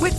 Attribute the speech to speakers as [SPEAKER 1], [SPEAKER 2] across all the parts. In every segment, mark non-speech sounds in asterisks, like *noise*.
[SPEAKER 1] With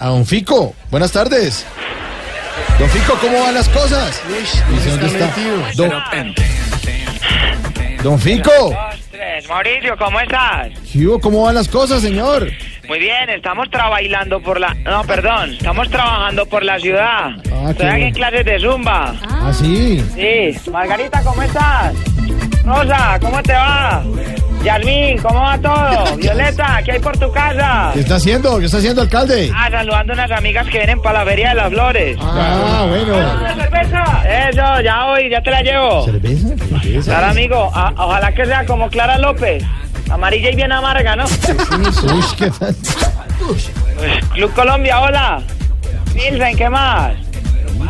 [SPEAKER 2] A don Fico, buenas tardes. Don Fico, ¿cómo van las cosas? Dice, ¿dónde está? Don, don Fico,
[SPEAKER 3] Dos, tres. Mauricio, ¿cómo estás?
[SPEAKER 2] ¿qué hubo? ¿cómo van las cosas, señor?
[SPEAKER 3] Muy bien, estamos trabajando por la... No, perdón, estamos trabajando por la ciudad.
[SPEAKER 2] Ah, qué
[SPEAKER 3] Estoy aquí en
[SPEAKER 2] bueno.
[SPEAKER 3] clases de zumba.
[SPEAKER 2] Ah, sí.
[SPEAKER 3] Sí, Margarita, ¿cómo estás? Rosa, ¿cómo te va? Yasmín, ¿cómo va
[SPEAKER 2] *laughs*
[SPEAKER 3] todo? Violeta, ¿qué hay por tu casa?
[SPEAKER 2] ¿Qué está haciendo? ¿Qué está haciendo, alcalde?
[SPEAKER 3] Ah, saludando a unas amigas que vienen para la Feria de las Flores.
[SPEAKER 2] Ah, bueno.
[SPEAKER 3] ¿Una cerveza? Eso, ya voy, ya te la llevo.
[SPEAKER 2] ¿Cerveza?
[SPEAKER 3] Claro,
[SPEAKER 2] ¿Cerveza?
[SPEAKER 3] amigo, a- ojalá que sea como Clara López. Amarilla y bien
[SPEAKER 2] *laughs*
[SPEAKER 3] amarga, ¿no?
[SPEAKER 2] Uy, qué tal.
[SPEAKER 3] Club Colombia, hola. Wilson, ¿qué más?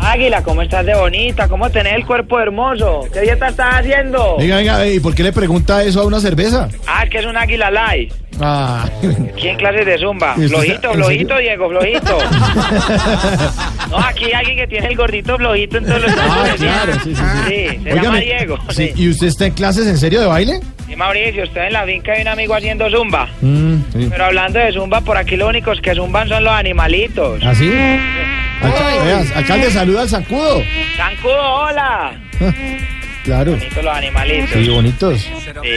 [SPEAKER 3] Águila, ¿cómo estás de bonita? ¿Cómo tenés el cuerpo hermoso? ¿Qué dieta estás haciendo?
[SPEAKER 2] Venga, venga, eh, ¿y por qué le pregunta eso a una cerveza?
[SPEAKER 3] Ah, es que es un águila light.
[SPEAKER 2] Ah,
[SPEAKER 3] ¿Quién clases de zumba?
[SPEAKER 2] ¿Y usted
[SPEAKER 3] Flojito,
[SPEAKER 2] está- en
[SPEAKER 3] flojito,
[SPEAKER 2] serio? *laughs*
[SPEAKER 3] Diego, flojito. No, aquí hay alguien que tiene el gordito flojito en todos los
[SPEAKER 2] ah,
[SPEAKER 3] casos.
[SPEAKER 2] claro, sí, sí, sí.
[SPEAKER 3] Sí, se llama
[SPEAKER 2] Óigame,
[SPEAKER 3] Diego.
[SPEAKER 2] sí,
[SPEAKER 3] Sí.
[SPEAKER 2] ¿Y usted está en clases en serio de baile?
[SPEAKER 3] Y Mauricio, usted en la finca hay un amigo haciendo zumba.
[SPEAKER 2] Mm, sí.
[SPEAKER 3] Pero hablando de zumba, por aquí lo únicos que zumban son los animalitos.
[SPEAKER 2] ¿Ah, sí? Alca- veas, alcalde, saluda al zancudo.
[SPEAKER 3] Zancudo, hola.
[SPEAKER 2] Claro.
[SPEAKER 3] Bonitos los animalitos.
[SPEAKER 2] Sí, bonitos.
[SPEAKER 3] Sí.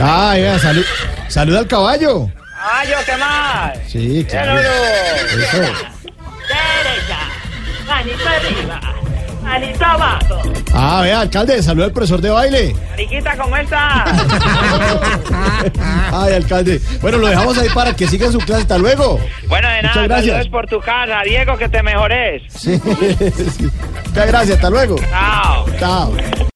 [SPEAKER 2] Ah, vea, salud, saluda al caballo.
[SPEAKER 3] Ah, yo qué más.
[SPEAKER 2] Sí, claro. Eso.
[SPEAKER 3] Derecha. Manito arriba. Manito abajo.
[SPEAKER 2] Ah, vea, alcalde, saluda al profesor de baile.
[SPEAKER 3] Mariquita, ¿cómo estás?
[SPEAKER 2] Ay, alcalde. Bueno, lo dejamos ahí para que siga su clase. Hasta luego.
[SPEAKER 3] *laughs* bueno, de
[SPEAKER 2] Muchas
[SPEAKER 3] nada,
[SPEAKER 2] gracias.
[SPEAKER 3] saludos por tu casa. Diego, que te mejores.
[SPEAKER 2] Sí. sí. Muchas gracias, hasta luego.
[SPEAKER 3] Chao.
[SPEAKER 2] Chao.